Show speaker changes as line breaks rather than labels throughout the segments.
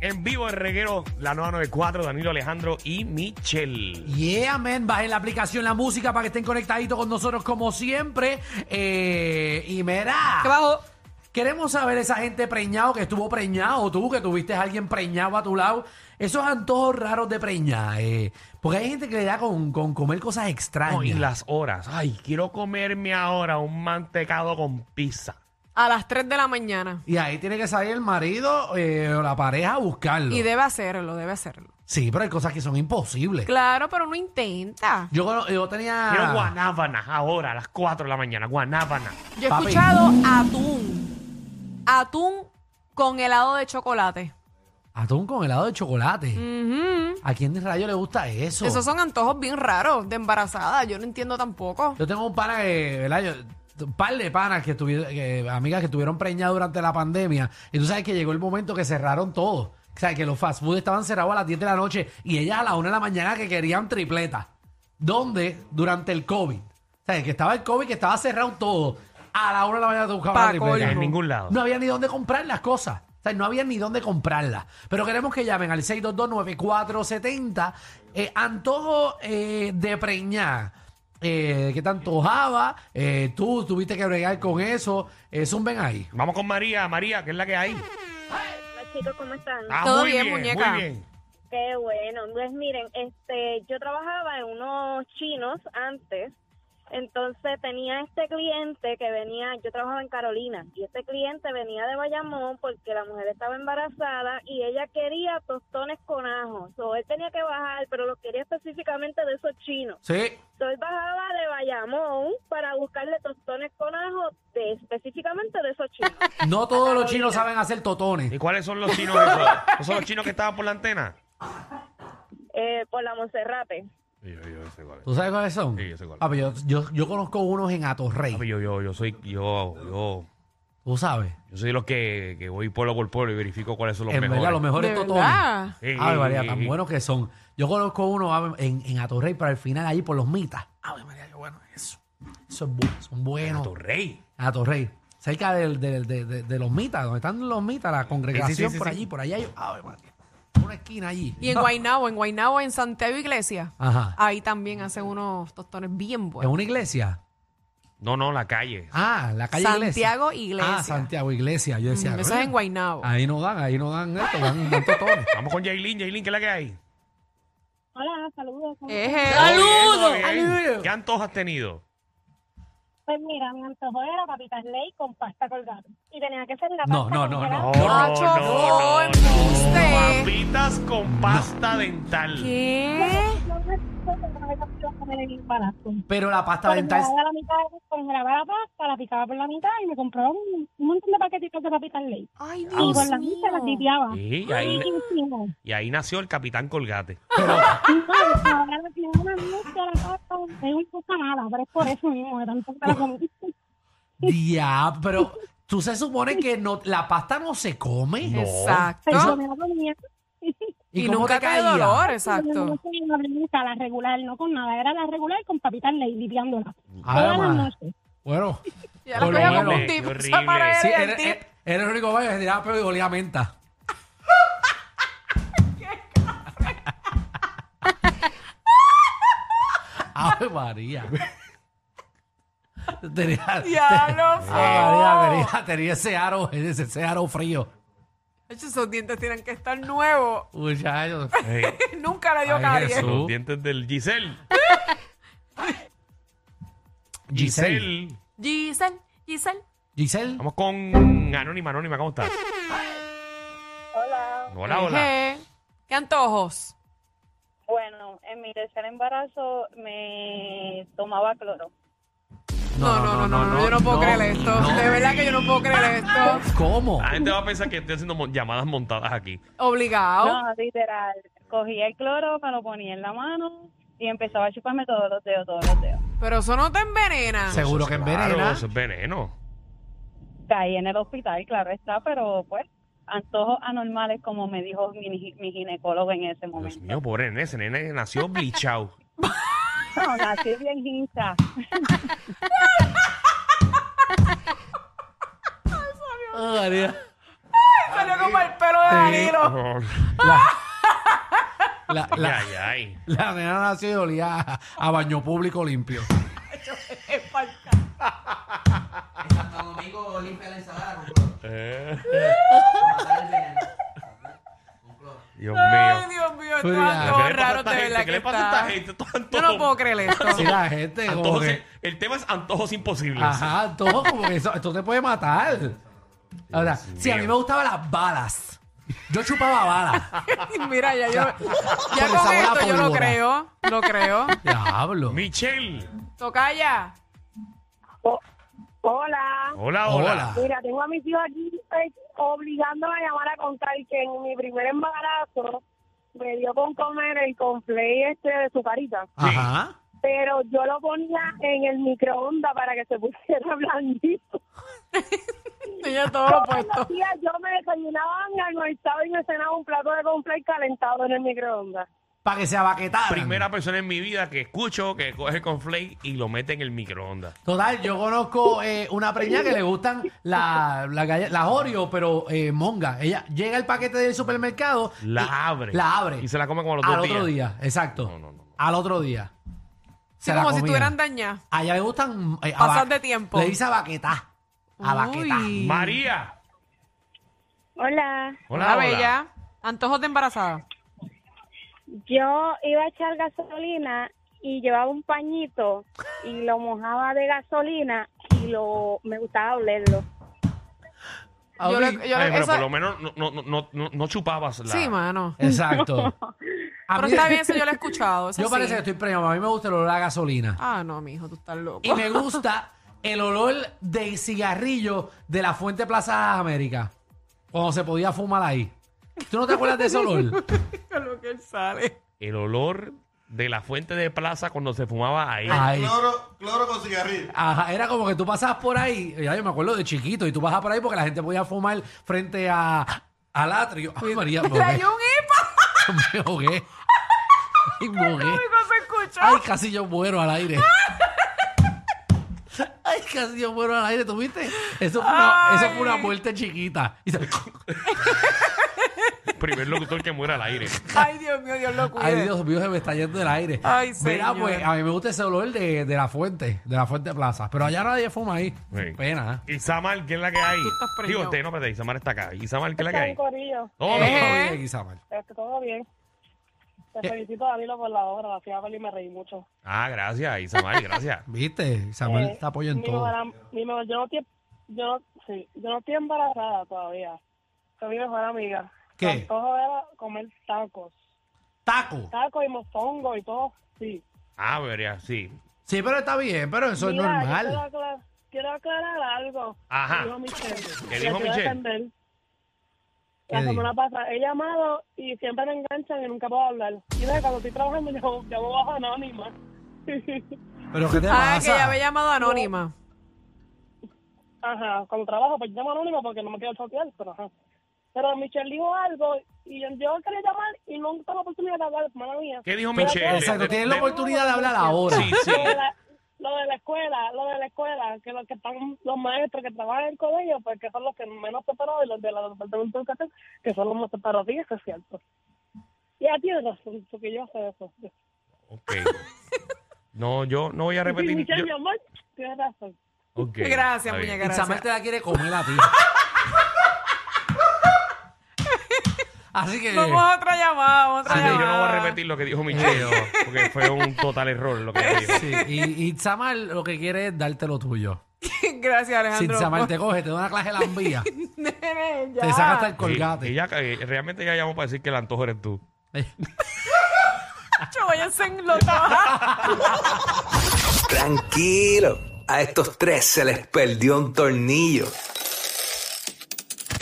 en vivo en Reguero, la 994, Danilo Alejandro y Michelle.
Yeah, man. Bajen la aplicación, la música para que estén conectaditos con nosotros como siempre. Eh, y mira. Queremos saber esa gente preñado que estuvo preñado, tú que tuviste a alguien preñado a tu lado. Esos antojos raros de preña. eh, porque hay gente que le da con, con comer cosas extrañas.
No, y las horas. Ay, quiero comerme ahora un mantecado con pizza.
a las 3 de la mañana.
Y ahí tiene que salir el marido eh, o la pareja a buscarlo.
Y debe hacerlo, debe hacerlo.
Sí, pero hay cosas que son imposibles.
Claro, pero no intenta.
Yo, cono- yo tenía.
Quiero guanábana ahora, a las 4 de la mañana, guanábana.
Yo he
Papi.
escuchado atún. Atún con helado de chocolate.
Atún con helado de chocolate.
Ujú.
¿A quién rayo le gusta eso?
Esos son antojos bien raros de embarazada. Yo no entiendo tampoco.
Yo tengo un pana que, ¿verdad? Yo- un par de panas que tuvieron, amigas que estuvieron preñadas durante la pandemia. Y tú sabes que llegó el momento que cerraron todo. O sea, que los fast food estaban cerrados a las 10 de la noche y ellas a las 1 de la mañana que querían tripleta. ¿Dónde? Durante el COVID. O sea, que estaba el COVID, que estaba cerrado todo. A la 1 de la mañana te buscaban
Pa'
la tripleta.
colmo.
En ningún lado.
No había ni dónde comprar las cosas. O sea, no había ni dónde comprarlas. Pero queremos que llamen al 6229470. Eh, antojo eh, de preñar. Eh, ¿Qué te antojaba? Eh, tú tuviste que bregar con eso. Eh, zumben ahí.
Vamos con María, María, que es la que hay.
Hola, chicos, ¿cómo están?
Ah,
Todo
muy
bien, muñeca.
Muy bien.
Qué bueno. Pues miren, este, yo trabajaba en unos chinos antes. Entonces tenía este cliente que venía, yo trabajaba en Carolina, y este cliente venía de Bayamón porque la mujer estaba embarazada y ella quería tostones con ajo. So, él tenía que bajar, pero lo quería específicamente de esos chinos.
Sí.
So, él bajaba de Bayamón para buscarle tostones con ajo de, específicamente de esos chinos.
No todos los chinos saben hacer totones.
¿Y cuáles son los chinos esos? ¿No son los chinos que estaban por la antena?
eh, por la Monserrate.
Yo, yo sé cuál es.
¿Tú sabes cuáles son?
Sí, yo sé cuál.
Ah, pero yo, yo- yo conozco unos en Atorrey.
Papi, Yo, yo, yo soy, yo, yo,
¿Tú sabes?
yo soy de los que, que voy pueblo por pueblo y verifico cuáles son los
en
mejores.
verdad, los mejores
¿De
totones.
verdad?
Sí.
Ay, María, tan buenos que son. Yo conozco uno ave, en, en Atorrey, pero al final allí por los mitas. Ay, María, qué bueno eso. Eso es bueno, son buenos.
Torrey.
Atorrey. Cerca del, del- de, de- de los mitas, donde están los mitas, la congregación
Sí, sí, sí,
por
sí,
allí,
sí.
por allá. Yo, ay, María, una esquina allí.
Y en Ah, Guaynabo, en Guaynabo, en Santiago Iglesia.
Ajá.
Ahí también hacen unos tostones bien
¿En
buenos.
una iglesia?
No, no, la calle.
Ah, la calle
Santiago
Iglesia.
Iglesia.
Ah, Santiago Iglesia. Yo decía,
Mm, Eso
coño,
es en Guaynabo.
Ahí no dan, ahí no dan esto, dan, dan totones.
Vamos con Jailin, Jailin, ¿qué es la que hay?
Hola, saludos. ¿cómo
Eje.
¡Saludos!
¡Saludo!
¿Qué antojos has tenido?
Pues mira, mi antojo era papitas ley con pasta colgada. Y tenía que ser la pasta
No, no, no,
colgada.
no.
Nacho, no, embuste.
Papitas con pasta dental.
¿Qué?
Yo no me quiero comer en el embarazo.
Pero la pasta dental.
Congelaba la mitad, congelaba la pasta, la picaba por la mitad y me compraba un, un montón de paquetitos de papitas ley.
Ay,
Y
Dios
con la mitad las
mío.
dipiaba.
Sí, y ahí-
Ay, encima.
Y ahí nació el Capitán Colgate.
No, ahora me tiene una angustia la pasta. Es una cosa mala, pero es por eso mismo, de tanto que la comí.
Ya, pero tú se supone que no, la pasta no se come.
No.
Pero
Exacto.
me la comía.
Y,
cómo
nunca te da
caía?
dolor,
No,
exacto.
no, no, no, la regular, no con nada. Era la regular con papitas ley, limpiándola.
Ave
Todas las
María.
noches.
Ah, Bueno,
Ya
Por
la
lo
cogía como
menos.
un tip.
Qué
Esa
horrible.
para
sí,
era
era, eh,
el tip.
era- era el único baño que se tiraba pedo y olía a menta. Ave María. Tenía,
Ya lo
Ave María,
feo.
tenía, tenía ese aro, ese, ese aro frío.
Esos dientes tienen que estar nuevos.
Muchachos.
Ey,
Nunca le dio
Ay,
nadie.
Jesús.
los dientes del Giselle.
Giselle.
Giselle.
Giselle, Giselle,
Giselle.
Vamos con Anónima, Anónima, ¿cómo estás?
Hola.
Hola, hola.
Eje. ¿Qué antojos?
Bueno, en mi tercer embarazo me tomaba cloro.
No, no, no, no, no, yo no puedo creer esto.
no.
De verdad que yo no puedo creer esto.
¿Cómo?
La gente va a pensar que estoy haciendo mon- llamadas montadas aquí.
Obligado.
No, literal. Cogía el cloro, me lo ponía en la mano y empezaba a chuparme todos los dedos, todos los dedos.
Pero eso no te envenena.
Seguro que envenena.
Claro, eso es veneno.
Caí en el hospital, claro está, pero pues antojos anormales como me dijo mi, gi- mi ginecólogo en ese
Dios
momento.
mío, pobre nene, ese nene nació blichado.
No, nací bien hincha.
Ah, María.
Salió como el pelo de Danilo.
La, la,
ay, ay.
la nena nació y olía a, a baño público limpio.
Domingo limpia la ensalada con cloro.
Eh,
para matar el veneno. Con cloro.
Dios
Ay,
mío.
Dios mío,
Mira.
está
¿Qué
todo
le pasa a
raro,
esta
de
gente?
verdad
¿Qué
que
le pasa a
está.
esta gente? Todo
Yo
antojo-
no puedo creer esto.
Sí, la gente como
antojos-
que-
El tema es antojos imposibles.
Ajá, todo como que eso, esto te puede matar. Ahora,
Dios
sí, a mí
mío.
me gustaban las balas. Yo chupaba balas.
Mira, ya yo. Ya
Por el
con
sabor a
esto yo lo
pólvora.
creo. Lo creo.
Diablo.
Michelle.
Toca ya.
Hola.
Hola, hola.
Hola.
Mira, tengo a mis hijos aquí eh, obligándome a llamar a contar que en mi primer embarazo me dio con comer el complay este de su carita,
Ajá.
pero yo lo ponía en el microondas para que se pusiera blandito.
Ella todo lo
Todos los
puesto.
días yo me desayunaba, me almorzaba y me cenaba un plato de complay calentado en el microondas.
Para que se abaquetaran.
Primera persona en mi vida que escucho que coge con flake y lo mete en el microondas.
Total, yo conozco eh, una preña que le gustan la- la galle- las Oreo, pero eh, monga. Ella llega el paquete del supermercado.
La
y-
abre.
La abre.
Y se la come como a los
Al
dos
otro
días.
día, exacto.
No, no, no, no.
Al otro día.
Sí,
la
como si
comía.
estuvieran dañadas.
A ella le gustan. eh,
Pasar
abac-
de tiempo.
Le dice abaquetá. Abaquetá.
Uy.
María.
Hola,
Hola, hola.
bella. Antojos de embarazada.
yo iba a echar gasolina y llevaba un pañito y lo mojaba de gasolina y lo me gustaba olerlo.
Yo
Abrí.
le- yo
Ah,
le-
Ay, pero
esa-
por lo menos no, no, no, no, no chupabas la...
Sí, mano.
Exacto. A
Pero
mí-
está bien, eso yo lo he escuchado. eso
Yo
sí.
parece que estoy preñado. A mí me gusta el olor a gasolina.
Ah, no, mijo, tú estás loco.
Y me gusta el olor de cigarrillo de la Fuente Plaza de las Américas. Cuando se podía fumar ahí. ¿Tú no te acuerdas de ese olor?
Con lo que él sale.
El olor de la fuente de plaza cuando se fumaba ahí.
Ah,
Ay.
Cloro, cloro con cigarrillo.
Ajá, era como que tú pasabas por ahí, ya yo me acuerdo de chiquito, y tú pasabas por ahí porque la gente podía fumar frente a, al atrio. Ay, María, me
Le
ahogué.
dio un hipo.
Me ahogué. Ay, me ahogué.
Mijo, se escuchó.
Ay, casi yo muero al aire. Ay, casi yo muero al aire, ¿tú viste? Eso fue una, eso fue una
Ay.
muerte chiquita. Y se-
Primer locutor que muera al aire.
Ay, Dios mío, Dios lo cuide.
Ay, Dios mío, se me está yendo el aire.
Ay,
Mira,
señor.
pues, a mí me gusta ese olor de, de la fuente, de la fuente plaza. Pero allá nadie fuma ahí.
Sí.
Pena, ¿eh?
Y Samar, ¿qué es la que hay?
Tú estás preñado.
Digo, usted no, espérate, Isamar está acá. Isamar, ¿qué es la que hay?
corillo.
Oh,
Eh.
Oye, Guisamar.
Todo bien. Te
¿Qué?
felicito, Danilo, por la obra. La fui a ver y me reí mucho.
Ah, gracias, Isamar, gracias.
¿Viste?
Eh,
Samuel está apoyo en
mi
todo.
mejor am- mi mejor- yo, no estoy, yo, no, sí, yo no estoy embarazada todavía. Soy mi mejor amiga.
¿Qué?
Mi antojo era comer tacos.
Taco.
Tacos y mofongo y todo. Sí.
Ah, vería, sí.
Sí, pero está bien, pero eso
Mira, yo
es
Quiero
normal.
aclarar, quiero aclarar algo.
Ajá.
Dijo
¿Qué
Michelle. La
dijo
quiero
Michelle?
defender.
¿Qué
La
dijo?
semana pasada he llamado y siempre me enganchan y nunca puedo hablar. Y desde cuando estoy trabajando yo llamo bajo anónima.
Pero ¿qué te
Ah, que ya
pasa?
había llamado anónima.
Ajá, cuando trabajo, pues llamo anónimo porque no me quiero chotear, pero ajá. Pero Michelle dijo algo y yo, yo quería llamar y nunca tuve la oportunidad de hablar, hermana mía.
¿Qué dijo
Pero
Michelle?
Exacto,
De-
tienes
de-
la
de-
oportunidad de hablar ahora.
Sí, sí.
Lo de, la, lo de la escuela, lo de la escuela, que los que están, los maestros que trabajan en el colegio, pues que son los que menos preparados y los de la departamento de educación, que son los más preparados, y eso es cierto. Y a ti razón, porque yo sé eso.
Ok. No, yo no voy a
Sí,
repetir.
Michelle, mi
yo-
amor, tienes razón.
Ok,
Gracias,
está bien.
muñeca.
Isamar
Gracias.
te la quiere comer a ti. Así que.
Vamos a otra llamada, vamos a otra
Sí, yo
llamada.
no voy a repetir lo que dijo Michelle, porque fue un total error lo que dijo.
Sí, y, y Isamar lo que quiere es darte lo tuyo.
Gracias,
Si
Alejandro.
Samar te coge, te da una clase de lambía.
Nene, ya.
te saca hasta el
Sí,
colgate.
ella, eh, realmente ya llamó para decir que el antojo eres tú.
Chacho, váyanse en los dos.
Tranquilo, a estos tres se les perdió un tornillo.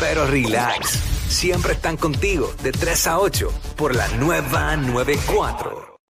Pero relax, siempre están contigo de 3 a 8 por la nueva 94.